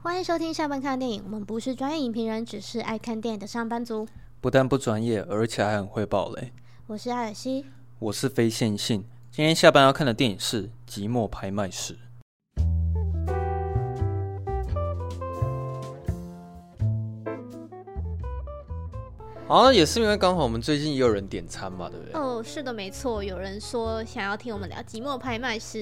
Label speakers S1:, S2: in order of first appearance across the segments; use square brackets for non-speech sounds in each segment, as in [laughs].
S1: 欢迎收听下班看电影，我们不是专业影评人，只是爱看电影的上班族。
S2: 不但不专业，而且还很会爆雷。
S1: 我是艾尔西，
S2: 我是非线性，今天下班要看的电影是《寂寞拍卖师》。好像也是因为刚好我们最近也有人点餐嘛，对不对？
S1: 哦，是的，没错，有人说想要听我们聊《寂寞拍卖师》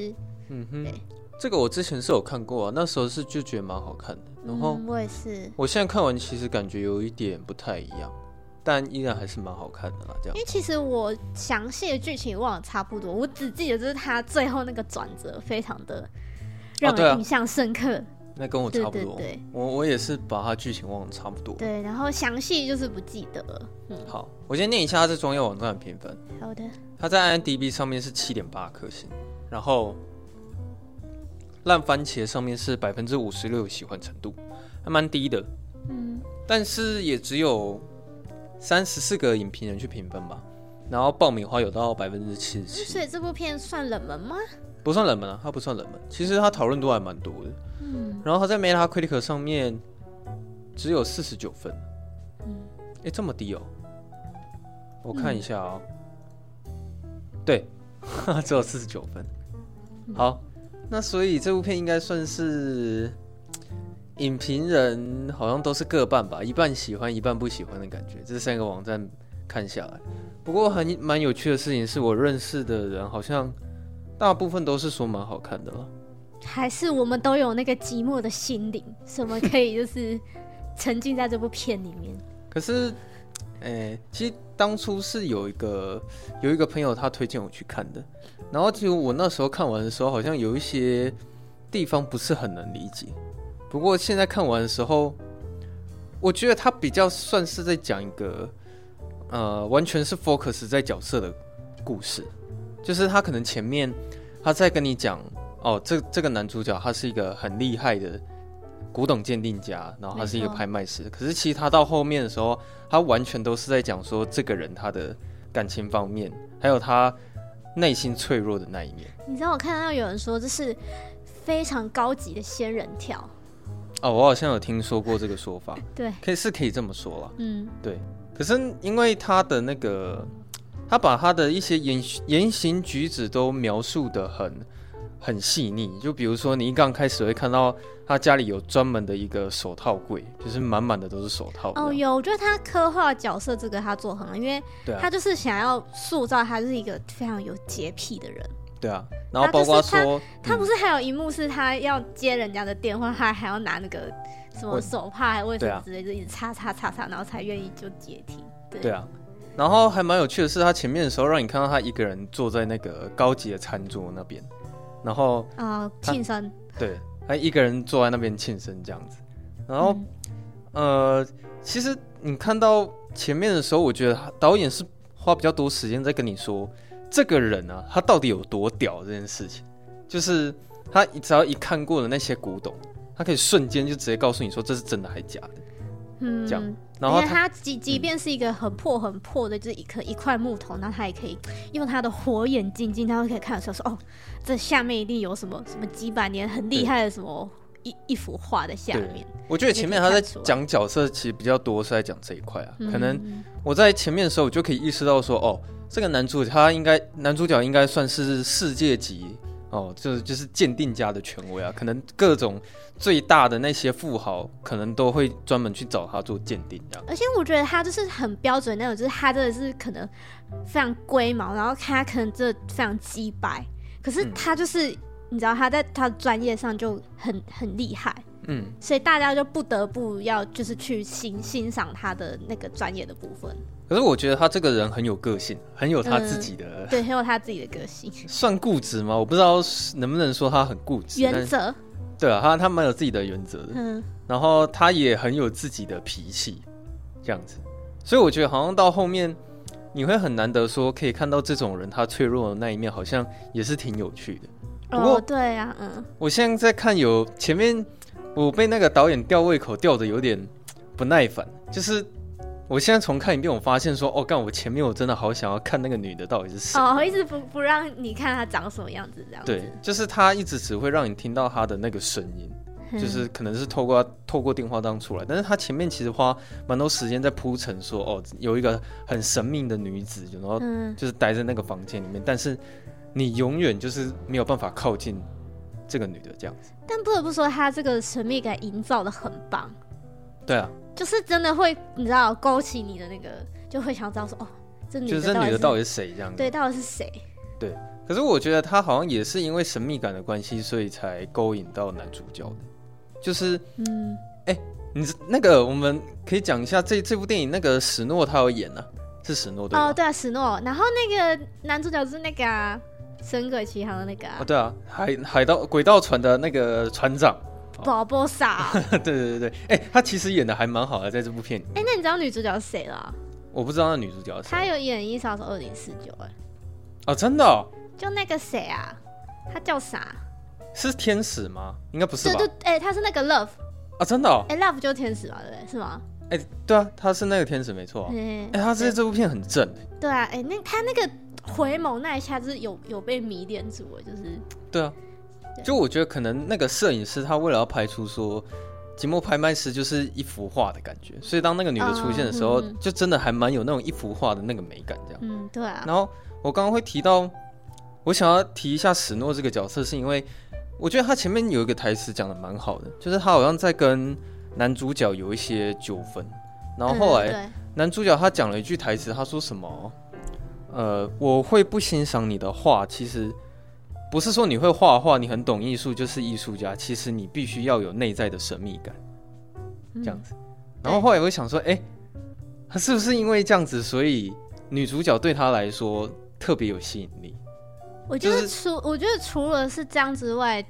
S2: 嗯
S1: 对
S2: 哼，这个我之前是有看过啊，那时候是就觉得蛮好看的。然后
S1: 嗯，我也是，
S2: 我现在看完，其实感觉有一点不太一样，但依然还是蛮好看的啦。这样
S1: 因为其实我详细的剧情忘了差不多，我只记得就是他最后那个转折非常的让
S2: 对啊
S1: 人印象深刻。
S2: 那跟我
S1: 对
S2: 差不
S1: 对
S2: 多，
S1: 对
S2: 我我也是把它剧情忘得差不多。
S1: 对，然后详细就是不记得了。嗯，
S2: 好，我先念一下它在专业网站的评分，
S1: 好的，
S2: 它在 IMDB 上面是七点八颗星，然后烂番茄上面是百分之五十六喜欢程度，还蛮低的，
S1: 嗯，
S2: 但是也只有三十四个影评人去评分吧。然后爆米花有到百分之七十七
S1: 所，以这部片算冷门吗？
S2: 不算冷门啊，它不算冷门。其实它讨论度还蛮多的。
S1: 嗯，
S2: 然后它在 Metacritic 上面只有四十九分，哎、这么低哦、我看一下哦、对， [laughs] 只有四十九分。好，那所以这部片应该算是影评人好像都是各半吧，一半喜欢，一半不喜欢的感觉。这三个网站看下来，不过很蛮有趣的事情是我认识的人好像大部分都是说蛮好看的了。
S1: 还是我们都有那个寂寞的心灵，什么可以就是沉浸在这部片里面。
S2: 可是，诶、其实当初是有一个有一个朋友他推荐我去看的，然后就我那时候看完的时候，好像有一些地方不是很能理解。不过现在看完的时候，我觉得他比较算是在讲一个，呃，完全是 focus 在角色的故事，就是他可能前面他在跟你讲，哦，这这个男主角他是一个很厉害的古董鉴定家，然后他是一个
S1: 没错
S2: 拍卖师，可是其实他到后面的时候，他完全都是在讲说这个人他的感情方面，还有他内心脆弱的那一面。
S1: 你知道我看到有人说这是非常高级的仙人跳，
S2: 哦，我好像有听说过这个说法，
S1: 对，
S2: 可以是可以这么说啦。
S1: 嗯，
S2: 可是因为他的那个，他把他的一些言言行举止都描述的很很细腻。就比如说，你一刚开始会看到他家里有专门的一个手套柜，就是满满的都是手套这样。
S1: 哦，有，我觉得他刻画角色这个他做很好，因为
S2: 对啊
S1: 他，就是想要塑造他是一个非常有洁癖的人。
S2: 对啊。然后包括
S1: 他
S2: 说，
S1: 他不
S2: 嗯
S1: 是还有一幕是他要接人家的电话，他还要拿那个什么
S2: 我
S1: 手帕还卫
S2: 对
S1: 生
S2: 啊
S1: 纸之类，就一直擦擦擦擦，然后才愿意就解体。对
S2: 对啊。然后还蛮有趣的是，他前面的时候让你看到他一个人坐在那个高级的餐桌那边，然后
S1: 啊，
S2: 他
S1: 庆生，
S2: 对，他一个人坐在那边庆生这样子。然后、
S1: 嗯
S2: 呃，其实你看到前面的时候，我觉得导演是花比较多时间在跟你说这个人啊，他到底有多屌这件事情。就是他只要一看过的那些古董，他可以瞬间就直接告诉你说这是真的还假的。
S1: 嗯，
S2: 这样
S1: 嗯
S2: 然后
S1: 因为他
S2: 他
S1: 即即便是一个很破很破的，就是一颗一块木头，那他也可以用他的火眼金睛，他都可以看得出来说，哦，这下面一定有什么什么几百年很厉害的什么一一幅画在下面。
S2: 我觉得前面
S1: 你可
S2: 他
S1: 以
S2: 在
S1: 看出来
S2: 讲角色，其实比较多是在讲这一块啊。
S1: 嗯
S2: 可能我在前面的时候，我就可以意识到说，哦，这个男主角他应该男主角应该算是世界级哦，就是就是鉴定家的权威啊，可能各种最大的那些富豪可能都会专门去找他做鉴定这样。
S1: 而且我觉得他就是很标准那种，就是他真的是可能非常龟毛，然后他可能真的非常鸡白，可是
S2: 嗯
S1: 他就是、你知道他在他的专业上就很很厉害，
S2: 嗯，
S1: 所以大家就不得不要就是去欣欣赏他的那个专业的部分，
S2: 可是我觉得他这个人很有个性，很有他自己的、
S1: 对，很有他自己的个性、
S2: 算固执吗？我不知道是能不能说他很固执，但
S1: 原
S2: 是
S1: 则，
S2: 对啊，他他蛮有自己的原则的。
S1: 嗯，
S2: 然后他也很有自己的脾气，这样子，所以我觉得好像到后面你会很难得说可以看到这种人他脆弱的那一面，好像也是挺有趣的。不过
S1: 哦，对啊，嗯，
S2: 我现在在看有前面我被那个导演吊胃口吊的有点不耐烦，就是我现在重看一遍，我发现说哦，干我前面我真的好想要看那个女的到底是谁。
S1: 哦，一直不不让你看他长什么样子这样子，
S2: 对，就是他一直只会让你听到他的那个声音，
S1: 嗯
S2: 就是可能是透过透过电话当出来，但是他前面其实花蛮多时间在铺陈说，哦，有一个很神秘的女子，然后
S1: 嗯，
S2: 就是待在那个房间里面，但是你永远就是没有办法靠近这个女的这样子。
S1: 但不得不说，他这个神秘感营造的很棒，
S2: 对啊，
S1: 就是真的会，你知道，勾起你的那个，就会想知道说，哦，这女
S2: 就是
S1: 的
S2: 这
S1: 底
S2: 女
S1: 是
S2: 的到底是谁这样子？
S1: 对，到底是谁？
S2: 可是我觉得他好像也是因为神秘感的关系，所以才勾引到男主角的。就是
S1: 嗯，
S2: 你知那个，我们可以讲一下这这部电影，那个史诺他有演啊，是史诺对吧？
S1: 哦，对啊，史诺，然后那个男主角是那个啊，《神鬼奇航》的那个
S2: 哦
S1: 啊，
S2: 对啊，海海盗轨道船的那个船长， [laughs]
S1: 宝宝傻。
S2: 对对对对，哎、他其实演的还蛮好的，在这部片里面，
S1: 哎，那你知道女主角是谁了？啊
S2: 我不知道那女主角是
S1: 她
S2: 谁
S1: 有演《一杀手二零四九》哎，
S2: 哦，真的、哦、
S1: 就那个谁啊，她叫啥？
S2: 是天使吗？应该不是
S1: 对
S2: 吧？
S1: 对，哎，她是那个 Love，
S2: 啊，真的、哦，
S1: 哎，Love 就是天使嘛，对不对？是吗？
S2: 哎、对啊，他是那个天使没错、啊，
S1: 哎
S2: 哎、他这这部片很正、
S1: 对啊，哎、那他那个回眸那一下，就是有有被迷恋住了，就是
S2: 对啊，
S1: 对
S2: 就我觉得可能那个摄影师他为了要拍出说寂寞拍卖师就是一幅画的感觉，所以当那个女的出现的时候，
S1: 嗯嗯嗯
S2: 就真的还蛮有那种一幅画的那个美感这样。
S1: 嗯，对啊，
S2: 然后我刚刚会提到，我想要提一下史诺这个角色，是因为我觉得他前面有一个台词讲的蛮好的，就是他好像在跟男主角有一些纠纷，然后后来、
S1: 嗯、
S2: 男主角他讲了一句台词，他说什么？呃，我会不欣赏你的画，其实不是说你会画画，你很懂艺术就是艺术家，其实你必须要有内在的神秘感
S1: 对
S2: 这样子。然后后来我就想说，哎、他是不是因为这样子，所以女主角对他来说特别有吸引力？
S1: 嗯我觉得
S2: 就是
S1: 除我觉得除了是这样之外，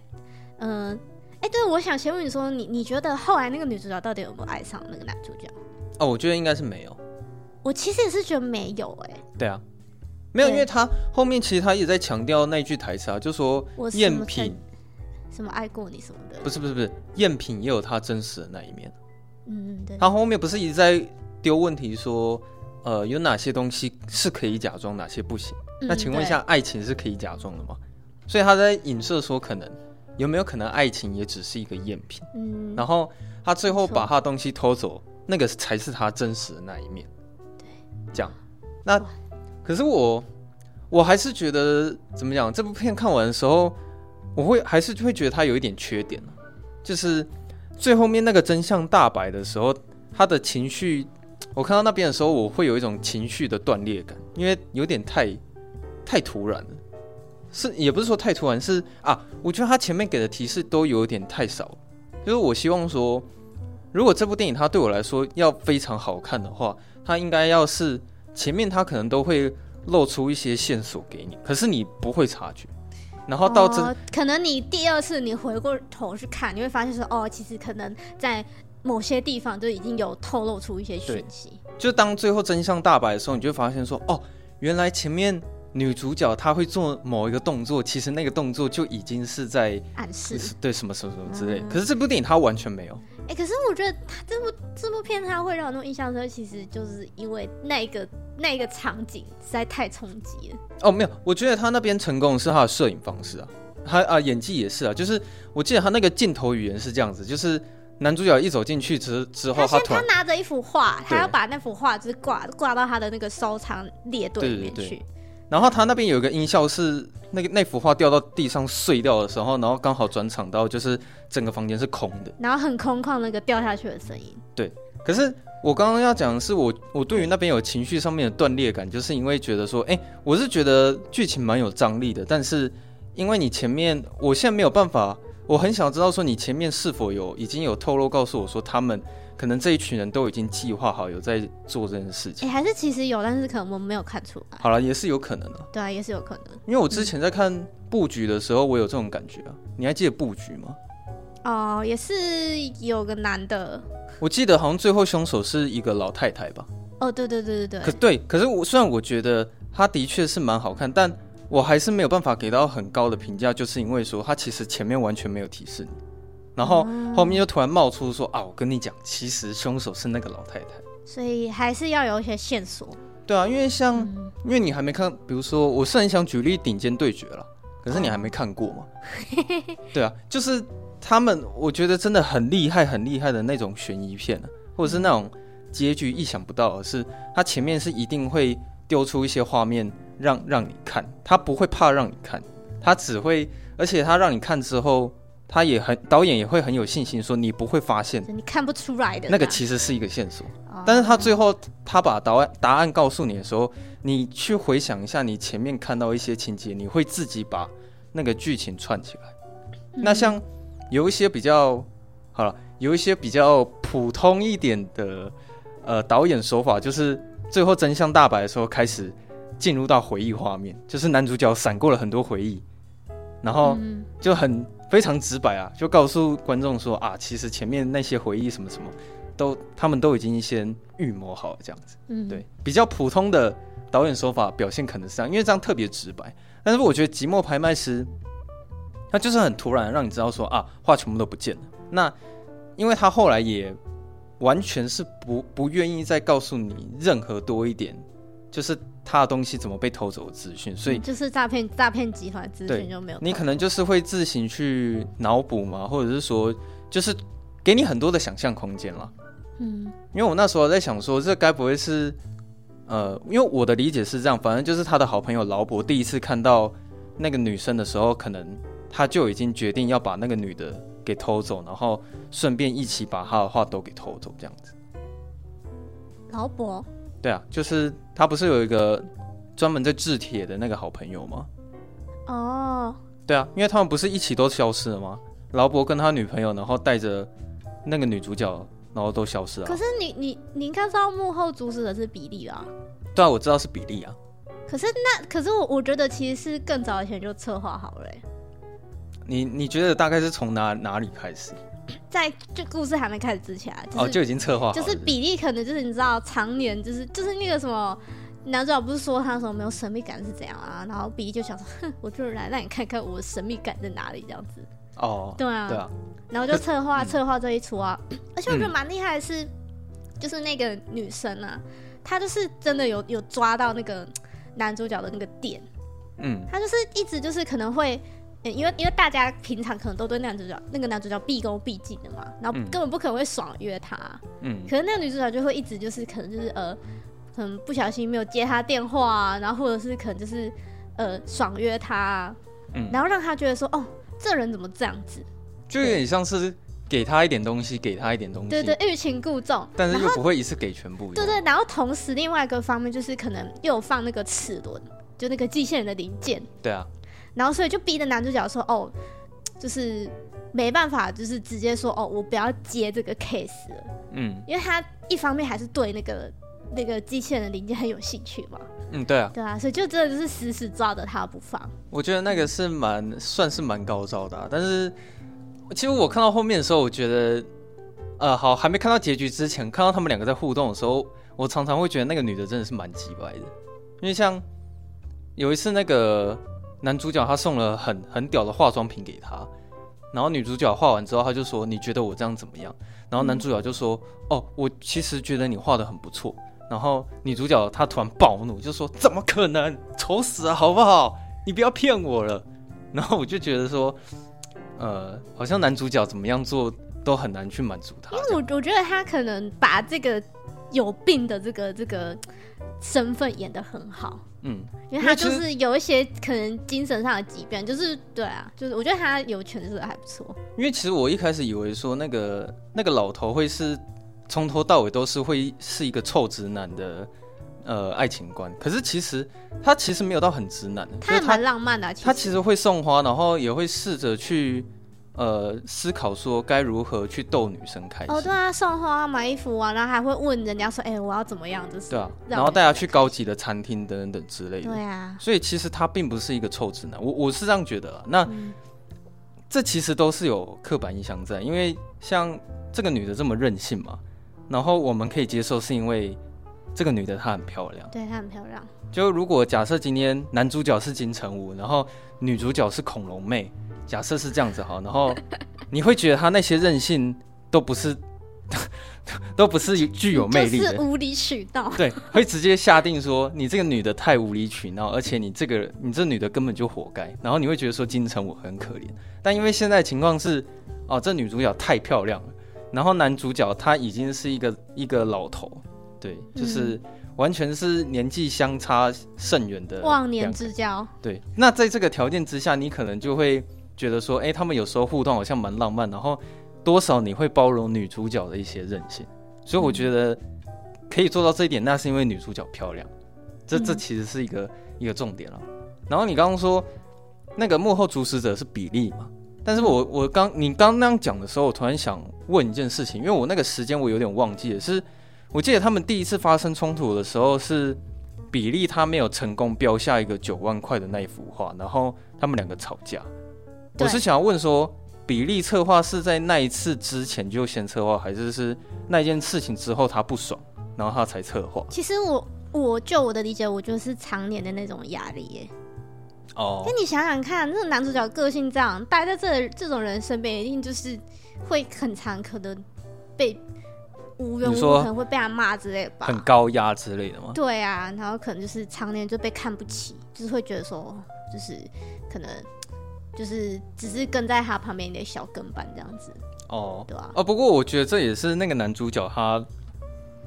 S1: 嗯、哎、对，我想先问你说，你你觉得后来那个女主角到底有没有爱上那个男主角？
S2: 哦，我觉得应该是没有。
S1: 我其实也是觉得没有、哎，
S2: 对啊，没有，
S1: 对
S2: 因为他后面其实他一直在强调那一句台词啊，就说
S1: 我什
S2: 赝
S1: 么
S2: 品
S1: 才什么爱过你什么的，
S2: 不是不是不是赝品也有他真实的那一面。
S1: 嗯，对，
S2: 他后面不是一直在丢问题说，呃，有哪些东西是可以假装，哪些不行？
S1: 嗯
S2: 那请问一下，，爱情是可以假装的吗？所以他在影射说，可能有没有可能爱情也只是一个赝品？
S1: 对嗯，
S2: 然后他最后
S1: 没错
S2: 把他的东西偷走，那个才是他真实的那一面。
S1: 对，
S2: 这样。那
S1: 哇
S2: 可是我，我还是觉得怎么讲？这部片看完的时候，我会还是会觉得它有一点缺点啊就是最后面那个真相大白的时候，他的情绪，我看到那边的时候，我会有一种情绪的断裂感，因为有点太太突然了。是，也不是说太突然，是啊，我觉得他前面给的提示都有点太少了就是我希望说，如果这部电影它对我来说要非常好看的话，它应该要是前面它可能都会露出一些线索给你，可是你不会察觉，然后到真、
S1: 哦可能你第二次你回过头去看，你会发现说，哦，其实可能在某些地方就已经有透露出一些讯息。
S2: 就当最后真相大白的时候，你就会发现说，哦，原来前面女主角她会做某一个动作，其实那个动作就已经是在
S1: 暗示，
S2: 对什么什么什么之类的
S1: 嗯
S2: 可是这部电影它完全没有，
S1: 哎、可是我觉得他这部这部片它会让我那种印象深刻，其实就是因为那一个那一个场景实在太冲击了。
S2: 哦，没有，我觉得他那边成功的是他的摄影方式啊，他啊演技也是啊，就是我记得他那个镜头语言是这样子，就是男主角一走进去之之后，
S1: 他
S2: 他
S1: 先
S2: 突
S1: 他
S2: 然
S1: 拿着一幅画，他
S2: 对
S1: 要把那幅画就是挂挂到他的那个收藏列队里面
S2: 对对
S1: 去。
S2: 然后他那边有一个音效是那个那幅画掉到地上碎掉的时候，然后刚好转场到就是整个房间是空的。
S1: 然后很空旷，那个掉下去的声音，
S2: 可是我刚刚要讲的是我我对于那边有情绪上面的断裂感，就是因为觉得说，哎、我是觉得剧情蛮有张力的，但是因为你前面，我现在没有办法，我很想知道说你前面是否有已经有透露告诉我说他们可能这一群人都已经计划好有在做这件事
S1: 哎、
S2: 情。
S1: 还是其实有，但是可能我们没有看出来。
S2: 好了，也是有可能的、
S1: 对啊，也是有可能。
S2: 因为我之前在看布局的时候，我有这种感觉啊。你还记得布局吗？
S1: 哦，也是有个男的。
S2: 我记得好像最后凶手是一个老太太吧。
S1: 哦，对对对对
S2: 可
S1: 对，
S2: 对，可是我虽然我觉得它的确是蛮好看，但我还是没有办法给到很高的评价，就是因为说它其实前面完全没有提示你，然后
S1: 哦
S2: 后面又突然冒出说啊，我跟你讲，其实凶手是那个老太太。
S1: 所以还是要有一些线索。
S2: 对啊，因为像、
S1: 嗯，
S2: 因为你还没看，比如说我是很想举例《顶尖对决》了，可是你还没看过嘛？对啊，就是他们我觉得真的很厉害、很厉害的那种悬疑片、啊，或者是那种结局意想不到的是，他前面是一定会丢出一些画面让让你看，他不会怕让你看，他只会，而且他让你看之后，他也很导演也会很有信心说你不会发现
S1: 就你看不出来的啊
S2: 那个
S1: 啦
S2: 其实是一个线索。
S1: 哦
S2: 但是他最后他把答案答案告诉你的时候，你去回想一下你前面看到一些情节，你会自己把那个剧情串起来。那像有一些比较好了，有一些比较普通一点的呃导演手法，就是最后真相大白的时候开始进入到回忆画面，就是男主角闪过了很多回忆，然后
S1: 嗯
S2: 就很非常直白啊，就告诉观众说啊，其实前面那些回忆什么什么，都他们都已经先预谋好了这样子。
S1: 嗯，
S2: 对，比较普通的导演手法表现可能是这样，因为这样特别直白。但是我觉得《寂寞拍卖师》，他就是很突然让你知道说啊，话全部都不见了。那因为他后来也完全是不不愿意再告诉你任何多一点，就是他的东西怎么被偷走的资讯，所以
S1: 嗯就是诈骗诈骗集团资
S2: 对
S1: 讯就没有
S2: 你
S1: 透
S2: 可能就是会自行去脑补嘛，或者是说，就是给你很多的想象空间啦。
S1: 嗯
S2: 因为我那时候在想说，这该不会是，呃，因为我的理解是这样，反正就是他的好朋友劳勃第一次看到那个女生的时候，可能他就已经决定要把那个女的给偷走，然后顺便一起把她的话都给偷走，这样子。
S1: 劳勃
S2: 对啊，就是他不是有一个专门在制铁的那个好朋友吗？
S1: 哦，
S2: 对啊，因为他们不是一起都消失了吗？劳勃跟他女朋友，然后带着那个女主角，然后都消失啊
S1: 可
S2: 了。
S1: 是你你你应该知道幕后阻止的是比利吧？
S2: 对啊，我知道是比利啊。
S1: 可是那可是我我觉得其实是更早以前就策划好了欸、
S2: 你你觉得大概是从哪哪里开始？
S1: 在就故事还没开始之前啊，就是、
S2: 哦，就已经策划好了。
S1: 就是
S2: 不
S1: 比利可能就是你知道常年就是就是那个什么。男主角不是说他什么没有神秘感是怎样啊？然后比利就想说，哼，我就是来让你看看我的神秘感在哪里这样子。
S2: 哦，
S1: 对啊，
S2: 对啊，嗯
S1: 然后就策
S2: [laughs]
S1: 划策划这一出啊，而且我觉得蛮厉害的是，就是那个女生啊，她就是真的有有抓到那个男主角的那个点，
S2: 嗯，
S1: 她就是一直就是可能会。嗯因为因为大家平常可能都对男主角那个男主角毕恭毕敬的嘛，然后
S2: 嗯
S1: 根本不可能会爽约啊他、
S2: 嗯
S1: 可是那个女主角就会一直就是可能就是呃，可能不小心没有接他电话、啊，然后或者是可能就是呃爽约他、啊，
S2: 嗯，
S1: 然后让他觉得说哦，这人怎么这样子？
S2: 就有点像是给他一点东西，给他一点东西，
S1: 对对，欲擒故纵。
S2: 嗯但是
S1: 然
S2: 又
S1: 后
S2: 不会一次给全部。
S1: 对，对，然后同时另外一个方面就是可能又有放那个齿轮，就那个机器人的零件，
S2: 对啊，
S1: 然后所以就逼着男主角说哦，就是没办法，就是直接说哦，我不要接这个 case 了，
S2: 嗯
S1: 因为他一方面还是对那个那个机器人的零件很有兴趣嘛，
S2: 嗯，对啊，
S1: 对啊，所以就真的就是死死抓着他不放。
S2: 我觉得那个是蛮算是蛮高招的啊、但是其实我看到后面的时候，我觉得，呃，好，还没看到结局之前，看到他们两个在互动的时候，我常常会觉得那个女的真的是蛮鸡掰的，因为像有一次那个男主角他送了很很屌的化妆品给她，然后女主角化完之后，他就说你觉得我这样怎么样？然后男主角就说、哦，我其实觉得你画的很不错。然后女主角她突然暴怒，就说怎么可能，丑死了好不好？你不要骗我了。然后我就觉得说，呃，好像男主角怎么样做都很难去满足他
S1: 因。为我我觉得他可能把这个有病的这个这个身份演得很好。
S2: 嗯，
S1: 因为
S2: 因为
S1: 他
S2: 其
S1: 就
S2: 实
S1: 是有一些可能精神上的疾病，就是对啊，就是我觉得他有诠释的还不错。
S2: 因为其实我一开始以为说那个那个老头会是从头到尾都是会是一个臭直男的呃爱情观，可是其实他其实没有到很直男，
S1: 他
S2: 就
S1: 还
S2: 是他
S1: 蛮浪漫的啊、其
S2: 他
S1: 实
S2: 其实会送花，然后也会试着去呃思考说该如何去逗女生开心。
S1: 哦，对啊，送花、啊、买衣服啊，然后还会问人家说，哎、我要怎么样，就是
S2: 对啊，
S1: 让
S2: 然后
S1: 我
S2: 带他去高级的餐厅等等等之类的。
S1: 对啊，
S2: 所以其实他并不是一个臭直男，我我是这样觉得啦。那、
S1: 嗯
S2: 这其实都是有刻板印象在，因为像这个女的这么任性嘛，然后我们可以接受是因为这个女的她很漂亮。
S1: 对，她很漂亮，
S2: 就如果假设今天男主角是金城武，然后女主角是恐龙妹，假设是这样子好，然后你会觉得他那些任性都不是， [laughs] 都不是具有魅力
S1: 就
S2: 的，
S1: 是无理取闹。
S2: 对，会直接下定说你这个女的太无理取闹，而且你这个你这女的根本就活该。然后你会觉得说金城武很可怜，但因为现在情况是，哦，这女主角太漂亮了，然后男主角他已经是一个一个老头，对，
S1: 嗯
S2: 就是完全是年纪相差甚远的
S1: 忘年
S2: 两个
S1: 之交，
S2: 对，那在这个条件之下，你可能就会觉得说，哎、他们有时候互动好像蛮浪漫，然后多少你会包容女主角的一些任性，所以我觉得可以做到这一点，那是因为女主角漂亮，这这
S1: 嗯
S2: 其实是一个、一个重点了。啊然后你刚刚说那个幕后主使者是比利嘛？但是我我刚你刚那样讲的时候，我突然想问一件事情，因为我那个时间我有点忘记了，是我记得他们第一次发生冲突的时候是比利他没有成功标下一个九万块的那一幅画，然后他们两个吵架。
S1: 对
S2: 我是想要问说，比利策划是在那一次之前就先策划，还是是那件事情之后他不爽，然后他才策划？
S1: 其实我我就我的理解，我就是常年的那种压力耶。
S2: 哦
S1: 那你想想看，那个男主角个性这样，待在这这种人身边，一定就是会很常可能被无缘无
S2: 你
S1: 故
S2: 说
S1: 可能会被他骂之类的吧。
S2: 很高压之类的吗？
S1: 对啊，然后可能就是常年就被看不起，就是会觉得说，就是可能就是只是跟在他旁边的小跟班这样子，
S2: 哦，
S1: 对啊吧、
S2: 哦，不过我觉得这也是那个男主角他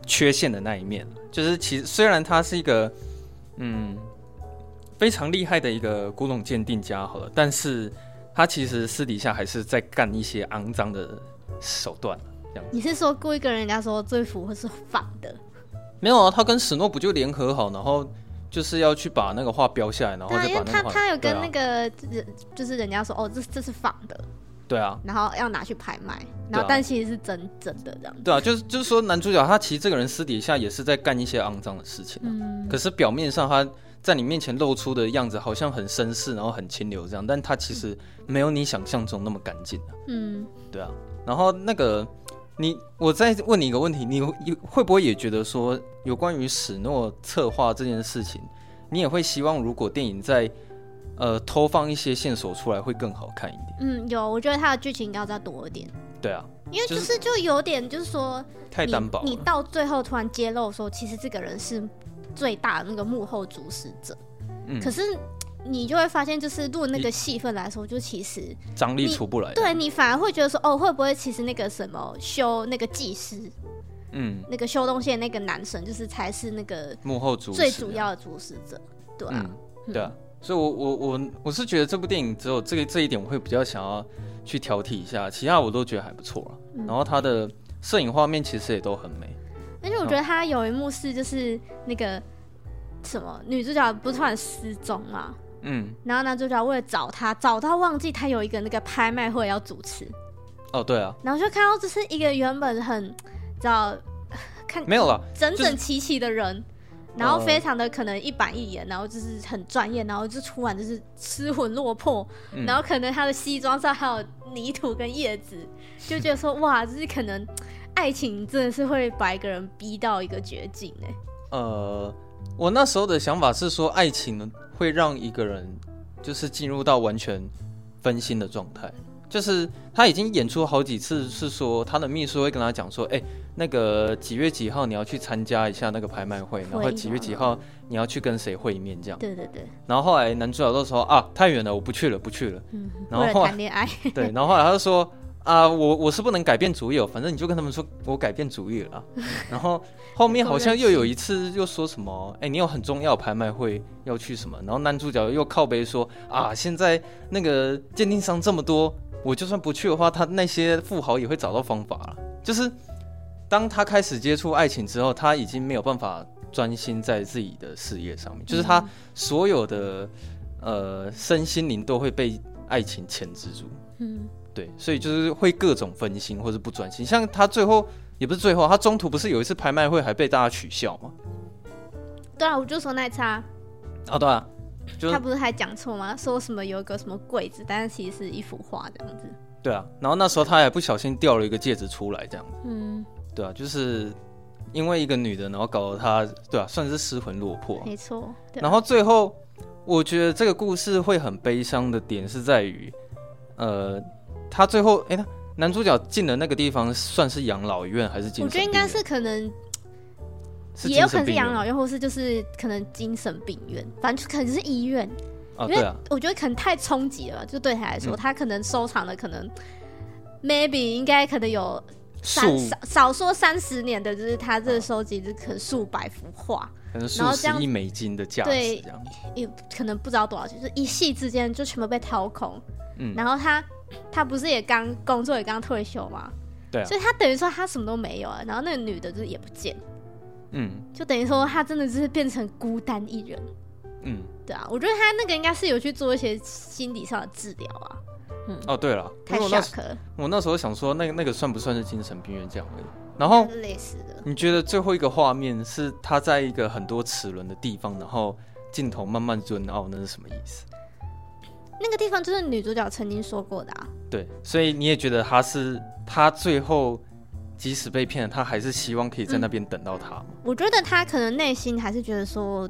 S2: 缺陷的那一面，就是其实虽然他是一个嗯非常厉害的一个古董鉴定家，好了，但是他其实私底下还是在干一些肮脏的手段。
S1: 你是说故意跟人家说这幅会是仿的，
S2: 没有啊，他跟史诺不就联合好，然后就是要去把那个画标下来，然后
S1: 对啊，
S2: 再
S1: 因
S2: 把
S1: 为
S2: 那个
S1: 他
S2: 画
S1: 他有跟那
S2: 对啊
S1: 个人、就是人家说哦，这这是仿的，
S2: 对啊。
S1: 然后要拿去拍卖，然
S2: 对
S1: 后
S2: 啊
S1: 但其实是真真的这样。
S2: 对啊，就是就是说，男主角他其实这个人私底下也是在干一些肮脏的事情啊、
S1: 嗯，
S2: 可是表面上他在你面前露出的样子好像很绅士，然后很清流这样，但他其实没有你想象中那么干净、啊、
S1: 嗯，
S2: 对啊，然后那个你，我再问你一个问题，你你会不会也觉得说，有关于史诺策划这件事情，你也会希望如果电影在呃偷放一些线索出来会更好看一点？
S1: 嗯，有，我觉得它的剧情应该要再多一点，
S2: 对啊，
S1: 因为
S2: 就
S1: 就是是就有点就是说
S2: 太单薄
S1: 你，你
S2: 了。
S1: 到最后突然揭露说，其实这个人是最大的那个幕后主使者，
S2: 嗯
S1: 可是。你就会发现，就是论那
S2: 你哎嗯
S1: 个戏份来说，就其实
S2: 张力
S1: 你
S2: 出不来。
S1: 对，你反而会觉得说，哦，会不会其实那个什么修那个技师，
S2: 嗯，
S1: 那个修东西的那个男神，就是才是那个
S2: 幕后主
S1: 最
S2: 使
S1: 主
S2: 啊
S1: 要的主使者，对啊，
S2: 嗯，对啊，所以我我我我是觉得这部电影只有这个这一点我会比较想要去挑剔一下，其他我都觉得还不错了。然后它的摄影画面其实也都很美，
S1: 而且我觉得他有一幕是就是那个什么女主角不是突然失踪嘛，
S2: 嗯，
S1: 然后男主角为了找她，找到忘记他有一个那个拍卖会要主持，
S2: 哦对啊，
S1: 然后就看到就是一个原本很找看
S2: 没有啦，
S1: 整
S2: 就是
S1: 整齐齐的人。然后
S2: 哦
S1: 非常的可能一板一眼，然后就是很专业，然后就突然就是失魂落魄，
S2: 嗯
S1: 然后可能他的西装上还有泥土跟叶子，就觉得说哇，就是可能爱情真的是会把一个人逼到一个绝境哎、
S2: 呃，我那时候的想法是说，爱情呢会让一个人就是进入到完全分心的状态，就是他已经演出好几次，是说他的秘书会跟他讲说，哎、那个几月几号你要去参加一下那个拍卖会，然后几月几号你要去跟谁会面这样。
S1: 对对对，
S2: 然后后来男主角都说啊，太远了，我不去了，不去了。
S1: 嗯，
S2: 然后
S1: 为了
S2: 后来
S1: 谈恋爱， [laughs]
S2: 对，然后后来他就说啊，我我是不能改变主意哦，反正你就跟他们说我改变主意了啊。然后后面好像又有一次又说什么，哎，你有很重要的拍卖会要去什么？然后男主角又靠背说啊，现在那个鉴定商这么多，我就算不去的话，他那些富豪也会找到方法了。就是当他开始接触爱情之后，他已经没有办法专心在自己的事业上面，就是他所有的呃身心灵都会被爱情牵制住。
S1: 嗯，
S2: 对，所以就是会各种分心或者不专心。像他最后也不是最后，他中途不是有一次拍卖会还被大家取笑吗？
S1: 对啊，我就说那一次啊，
S2: 啊，对啊，就
S1: 他
S2: 是
S1: 不是还讲错吗？说什么有一个什么柜子，但是其实是一幅画这样子，
S2: 对啊。然后那时候他还不小心掉了一个戒指出来，这样子，
S1: 嗯，
S2: 对啊，就是因为一个女的，然后搞得他，对啊，算是失魂落魄啊、
S1: 没错，对
S2: 然后最后，我觉得这个故事会很悲伤的点是在于，呃，他最后，哎，他男主角进了那个地方，算是养老院还是精神
S1: 我觉得应
S2: 病
S1: 该
S2: 院
S1: 是可能
S2: 是
S1: 也有
S2: 精
S1: 可能
S2: 神
S1: 是
S2: 病院
S1: 养老院，或是就是可能精神病院，反正就可能是医院。
S2: 啊，
S1: 因
S2: 对
S1: 为
S2: 啊，
S1: 我觉得可能太冲击了吧，就对他来说，
S2: 嗯
S1: 他可能收藏的可能 maybe 应该可能有三
S2: 数
S1: 少少说三十年的，就是他这收集这可能数百幅画，
S2: 可能数
S1: 然后这
S2: 十
S1: 样
S2: 亿美金的价值
S1: 对
S2: 这样。
S1: 也可能不知道多少钱，就是一夕之间就全部被掏空。
S2: 嗯
S1: 然后他他不是也刚工作也刚退休嘛，
S2: 对啊
S1: 所以他等于说他什么都没有啊。然后那个女的就是也不见，
S2: 嗯
S1: 就等于说他真的就是变成孤单一人。
S2: 嗯，
S1: 对啊，我觉得他那个应该是有去做一些心理上的治疗啊，
S2: 哦对了，因
S1: 太
S2: 为我那时
S1: shock 了，
S2: 我那时候想说，那个那个算不算是精神病院这样而已？然后
S1: 就是类似的。
S2: 你觉得最后一个画面是他在一个很多齿轮的地方，然后镜头慢慢润奥，那是什么意思？
S1: 那个地方就是女主角曾经说过的啊，
S2: 对，所以你也觉得他是他最后即使被骗了，他还是希望可以在
S1: 嗯
S2: 那边等到他吗？
S1: 我觉得她可能内心还是觉得说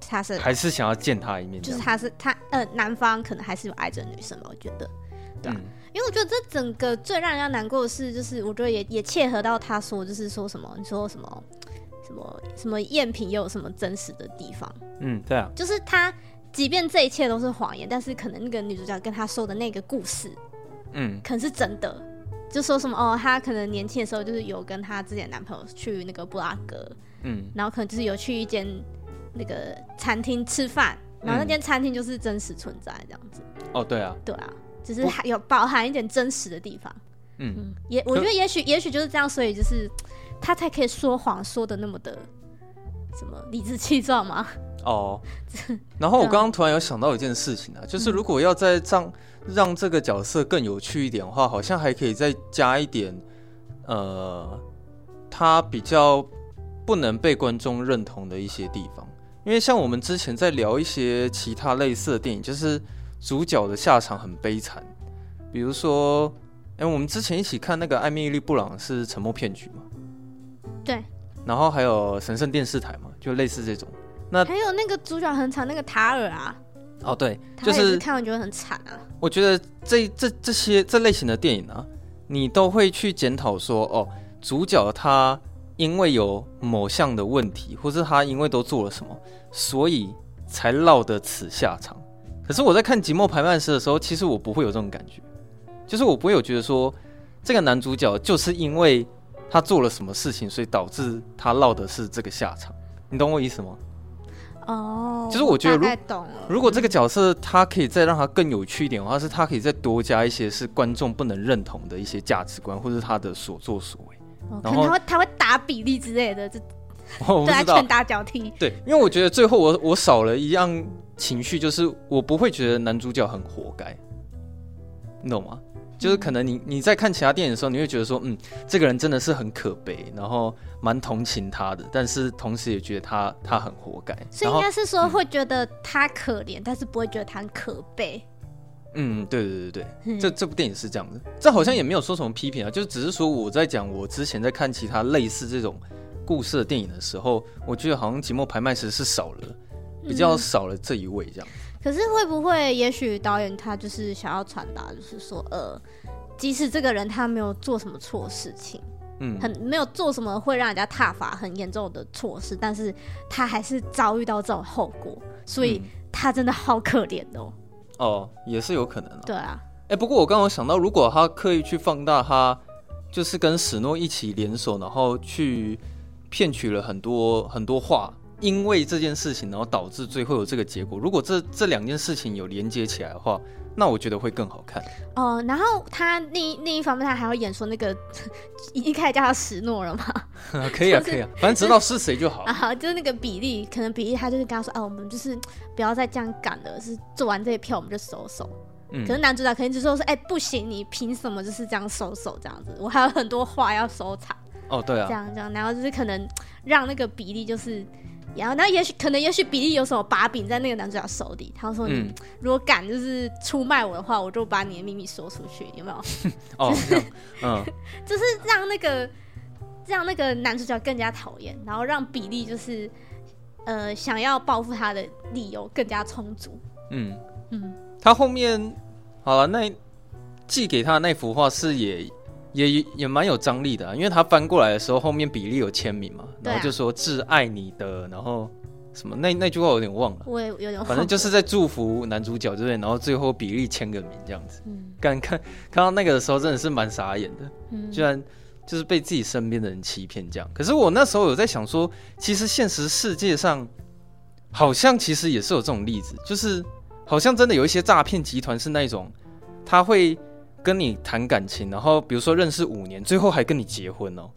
S1: 她是
S2: 还是想要见他一面这
S1: 就是
S2: 样？
S1: 他是他呃，男方可能还是有爱着女生吧，我觉得，对啊
S2: 嗯
S1: 因为我觉得这整个最让人家难过的是，就是我觉得也也切合到他说，就是说什么你说什么什么什么赝品也有什么真实的地方，
S2: 嗯，对啊，
S1: 就是他即便这一切都是谎言，但是可能那个女主角跟他说的那个故事
S2: 嗯
S1: 可能是真的，就说什么哦，她可能年轻的时候就是有跟她之前的男朋友去那个布拉格，
S2: 嗯
S1: 然后可能就是有去一间那个餐厅吃饭，然后那间餐厅就是真实存在这样子。
S2: 哦对啊，
S1: 对啊，就是还有包含一点真实的地方。
S2: 嗯，
S1: 嗯，也我觉得也许也许就是这样，所以就是他才可以说谎说的那么的什么理直气壮嘛。
S2: 哦。然后我
S1: 对啊
S2: 刚刚突然有想到一件事情啊，就是如果要再让让这个角色更有趣一点的话，好像还可以再加一点，呃，他比较不能被观众认同的一些地方。因为像我们之前在聊一些其他类似的电影，就是主角的下场很悲惨，比如说，哎，我们之前一起看那个《艾米丽·布朗是沉默骗局》嘛，
S1: 对，
S2: 然后还有神圣电视台嘛，就类似这种。那
S1: 还有那个主角很惨，那个塔尔啊，
S2: 哦，对，
S1: 他
S2: 就
S1: 也
S2: 是
S1: 是看完觉得很惨啊。
S2: 我觉得这这这些这类型的电影啊，你都会去检讨说，哦，主角他因为有某项的问题，或是他因为都做了什么，所以才落得此下场。可是我在看《寂寞排曼师》的时候，其实我不会有这种感觉，就是我不会有觉得说，这个男主角就是因为他做了什么事情，所以导致他落得是这个下场。你懂我意思吗？
S1: 哦，
S2: 就是我觉得
S1: 大
S2: 如
S1: 概懂了。
S2: 如果这个角色他可以再让他更有趣一点的话，是他可以再多加一些是观众不能认同的一些价值观，或者他的所作所
S1: [laughs]
S2: 为。
S1: 哦可能
S2: 然后
S1: 他会他会打比例之类的，就
S2: 我
S1: 对啊他
S2: 不知道
S1: 拳，打脚踢。
S2: 对，因为我觉得最后我我少了一样情绪，就是我不会觉得男主角很活该，你懂吗？就是可能你你在看其他电影的时候，你会觉得说，嗯，这个人真的是很可悲，然后蛮同情他的，但是同时也觉得他他很活该。
S1: 所以
S2: 然
S1: 应
S2: 后嗯
S1: 该是说会觉得他可怜，但是不会觉得他很可悲。
S2: 嗯，对对对对，
S1: 嗯
S2: 这这部电影是这样的，这好像也没有说什么批评啊，就只是说我在讲我之前在看其他类似这种故事的电影的时候，我觉得好像《寂寞拍卖时》是少了，比
S1: 嗯
S2: 较少了这一位这样。
S1: 可是会不会，也许导演他就是想要传达，就是说，呃，即使这个人他没有做什么错事情，
S2: 嗯，
S1: 很没有做什么会让人家踏伐很严重的错事，但是他还是遭遇到这种后果，所以
S2: 嗯
S1: 他真的好可怜哦。
S2: 哦，也是有可能啊。
S1: [laughs] 对啊，
S2: 哎，不过我刚刚有想到，如果他刻意去放大他，就是跟史诺一起联手，然后去骗取了很多很多话，因为这件事情，然后导致最后有这个结果。如果这这两件事情有连接起来的话，那我觉得会更好看。
S1: 哦、然后他另一另一方面，他还要演说那个 [laughs] 一开始叫他史诺了嘛，
S2: 啊，可以啊，
S1: 就
S2: 可
S1: 是
S2: 以啊，反正知道是谁就好。
S1: 啊， [laughs] 就是那个比利，可能比利他就是跟他说，啊，我们就是不要再这样赶了，是做完这一票我们就收手。
S2: 嗯
S1: 可是男主角肯定就说说，哎、不行，你凭什么就是这样收手这样子？我还有很多话要收藏，
S2: 哦，对
S1: 这
S2: 啊，
S1: 样这样，然后就是可能让那个比利就是，然后那也许可能也许比利有什么把柄在那个男主角手里，他说你、
S2: 嗯，
S1: 如果敢就是出卖我的话，我就把你的秘密说出去，有没有？
S2: 哦，
S1: [laughs]
S2: 这样，嗯，
S1: 让那个让那个男主角更加讨厌，然后让比利就是呃想要报复他的理由更加充足。
S2: 嗯
S1: 嗯，
S2: 他后面好了，那寄给他的那幅画是也也也蛮有张力的、啊，因为他翻过来的时候，后面比利有签名嘛，
S1: 对啊
S2: 然后就说“挚爱你的”，然后什么那那句话我有点忘了，
S1: 我也有 [laughs] 点忘了，
S2: 反正就是在祝福男主角，对不对？然后最后比利签个名这样子。
S1: 嗯
S2: 看看看到那个的时候，真的是蛮傻眼的，
S1: 嗯
S2: 居然就是被自己身边的人欺骗这样。可是我那时候有在想说，其实现实世界上好像其实也是有这种例子，就是好像真的有一些诈骗集团是那一种，他会跟你谈感情，然后比如说认识五年，最后还跟你结婚哦，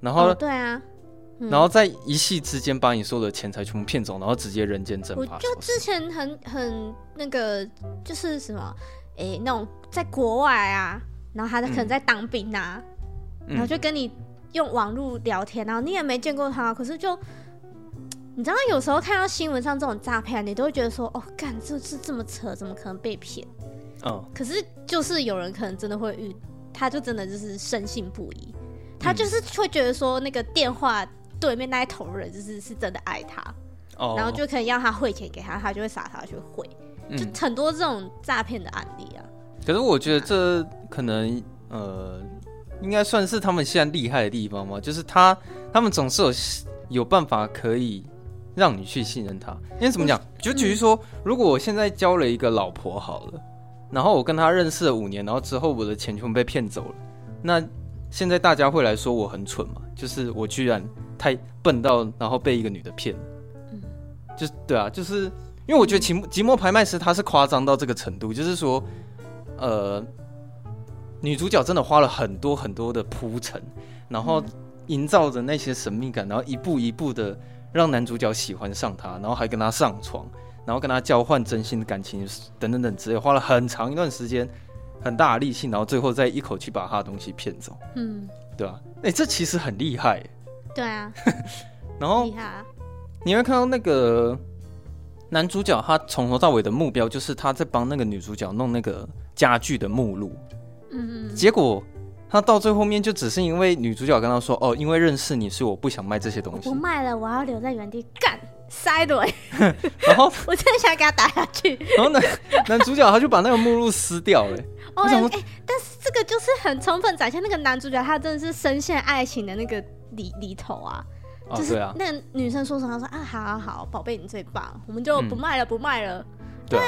S2: 然后、
S1: 哦对啊，嗯
S2: 然后在一夕之间把你所有的钱财全部骗走，然后直接人间蒸
S1: 我
S2: 发
S1: 就
S2: 消失。
S1: 之前很很那个，就是什么，诶、那种在国外啊，然后他在可能
S2: 嗯
S1: 在当兵啊，然后
S2: 嗯，
S1: 就跟你用网络聊天，然后你也没见过他，可是就。你知道有时候看到新闻上这种诈骗，你都会觉得说，哦，干，这这这么扯，怎么可能被骗？
S2: 嗯，
S1: 可是就是有人可能真的会遇，他就真的就是深信不疑，他
S2: 嗯
S1: 就是会觉得说那个电话对面那一头人就是是真的爱他，
S2: 哦，
S1: 然后就可以让他汇钱给他，他就会傻傻去汇，
S2: 嗯
S1: 就很多这种诈骗的案例啊。
S2: 可是我觉得这可能呃，应该算是他们现在厉害的地方嘛，就是他他们总是有有办法可以让你去信任他。因为怎么讲，就举例说，如果我现在交了一个老婆好了，然后我跟她认识了五年，然后之后我的钱全部被骗走了，那现在大家会来说我很蠢嘛，就是我居然太笨到然后被一个女的骗了，
S1: 嗯
S2: 就是对啊，就是。因为我觉得寂寞寂寞拍卖师他是夸张到这个程度，就是说，呃，女主角真的花了很多很多的铺陈，然后营造着那些神秘感，然后一步一步的让男主角喜欢上她，然后还跟她上床，然后跟她交换真心的感情等等等之类，花了很长一段时间，很大的力气，然后最后再一口气把她的东西骗走，
S1: 嗯，
S2: 对吧、哎、这其实很厉害耶。
S1: 对啊，
S2: 然后
S1: 厉害啊。
S2: 你会看到那个男主角，他从头到尾的目标就是他在帮那个女主角弄那个家具的目录，
S1: 嗯嗯
S2: 结果他到最后面就只是因为女主角跟他说：“哦，因为认识你，所以我不想卖这些
S1: 我
S2: 东西
S1: 不。卖了，我要留在原地干。塞的，”
S2: 然后，
S1: [laughs] 我真的想给他打下去。
S2: 然后男男主角他就把那个目录撕掉了、
S1: 哦，
S2: [laughs] 我
S1: 哎、
S2: 想说
S1: 但是这个就是很充分展现那个男主角他真的是深陷爱情的那个里里头啊。
S2: 哦
S1: 就，是
S2: 对啊，
S1: 那个女生说什么，他说啊，好好好，宝贝你最棒，我们就
S2: 嗯
S1: 不卖了，不卖了。
S2: 对啊，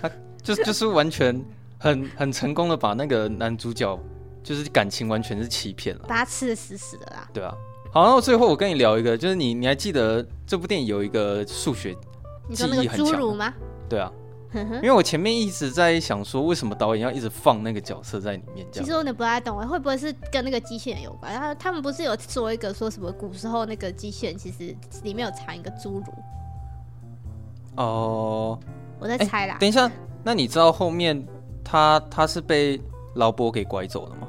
S2: 他就就是完全很很成功的把那个男主角就是感情完全是欺骗了，
S1: 把他吃的死死的啦。
S2: 对啊。好，然后最后我跟你聊一个，就是你你还记得这部电影有一个数学
S1: 你说那个
S2: 记忆很
S1: 侏
S2: 强
S1: 儒吗？ [laughs]
S2: 对啊，
S1: 哼哼
S2: 因。为我前面一直在想说，为什么导演要一直放那个角色在里面
S1: 其
S2: 这样？
S1: 实我有点不太懂欸，会不会是跟那个机器人有关？然后他们不是有说一个说什么古时候那个机器人其实里面有藏一个侏儒，
S2: 哦、
S1: 我在猜啦。
S2: 等一下，那你知道后面他他是被劳勃给拐走的吗？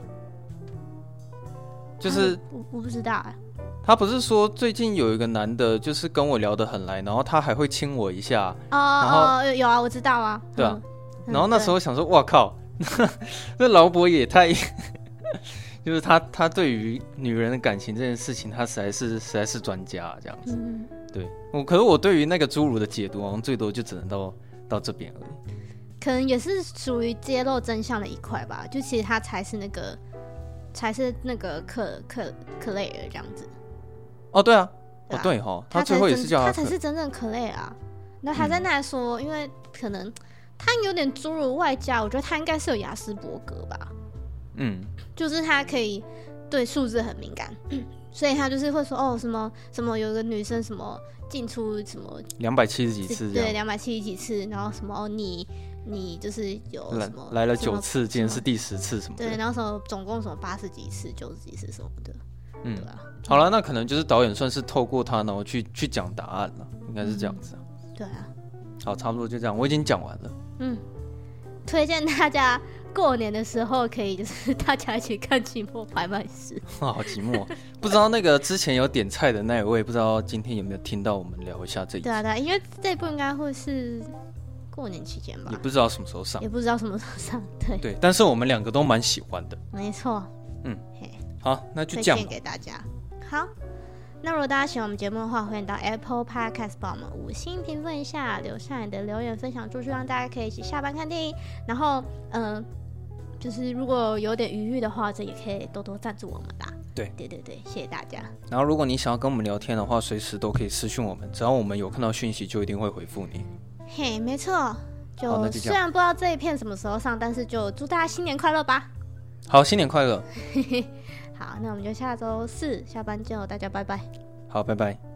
S2: 就是
S1: 啊我我不知道哎、
S2: 他不是说最近有一个男的，就是跟我聊得很来，然后他还会亲我一下，
S1: 哦
S2: 后
S1: 哦，有有啊，我知道啊。
S2: 对啊
S1: 嗯
S2: 然后那时候想说，哇靠， [laughs] 这劳勃也太， [laughs] 就是他他对于女人的感情这件事情，他实在是实在是专家这样子。
S1: 嗯，
S2: 对我，可是我对于那个侏儒的解读，好像最多就只能到到这边而已。
S1: 可能也是属于揭露真相的一块吧。就其实他才是那个，才是那个克克克雷尔这样子。
S2: 哦，对啊，
S1: 对
S2: 哦
S1: 吧
S2: 对哈，
S1: 他
S2: 最后也
S1: 真
S2: 是叫
S1: 他
S2: 克嗯
S1: 才是真正可累啊。那他在那说，因为可能他有点侏儒外加，我觉得他应该是有雅斯伯格吧，
S2: 嗯
S1: 就是他可以对数字很敏感， [clears throat] 所以他就是会说哦什么什么有个女生什么进出什么
S2: 两百七十几次这
S1: 对
S2: 样，
S1: 两百七十几次，然后什么、哦、你你就是有
S2: 来
S1: 什么
S2: 来了
S1: 什么
S2: 九次，今天
S1: 什
S2: 是
S1: 么
S2: 第十次什么
S1: 对，
S2: 的。
S1: 然后什么总共什么八十几次、九十几次什么的，
S2: 嗯
S1: 对啊，
S2: 好了，那可能就是导演算是透过他，然后去去讲答案了，应该是这样子啊。
S1: 对啊。
S2: 好，差不多就这样，我已经讲完了。 [laughs]
S1: 嗯，推荐大家过年的时候可以就是 [laughs] 大家一起看《期末拍卖师》。
S2: 哇，好寂
S1: [laughs]
S2: 寞啊，不知道那个之前有点菜的那一位，不知道今天有没有听到我们聊一下这一集
S1: 对，啊，对啊，因为这部应该会是过年期间吧
S2: 也，不知道什么时候上
S1: 也。不知道什么时候上。对，
S2: 对，但是我们两个都蛮喜欢的。
S1: 没错，
S2: 好，那就
S1: 推
S2: 这样
S1: 荐
S2: 吧。
S1: 给大家。好。那如果大家喜欢我们节目的话，欢迎到 Apple Podcast 帮我们五星评论一下，留下你的留言分享，就是让大家可以一起下班看电影。然呃后，嗯、就是如果有点余裕的话，这也可以多多赞助我们啦。
S2: 对
S1: 对对对，谢谢大家。
S2: 然后如果你想要跟我们聊天的话，随时都可以私讯我们，只要我们有看到讯息，就一定会回复你。
S1: 嘿，没错，
S2: 好
S1: 就
S2: 那就这
S1: 虽
S2: 样
S1: 然不知道这一片什么时候上，但是就祝大家新年快乐吧。
S2: 好，新年快乐！
S1: 好，那我们就下周四下班见哦，大家拜拜。
S2: 好，拜拜。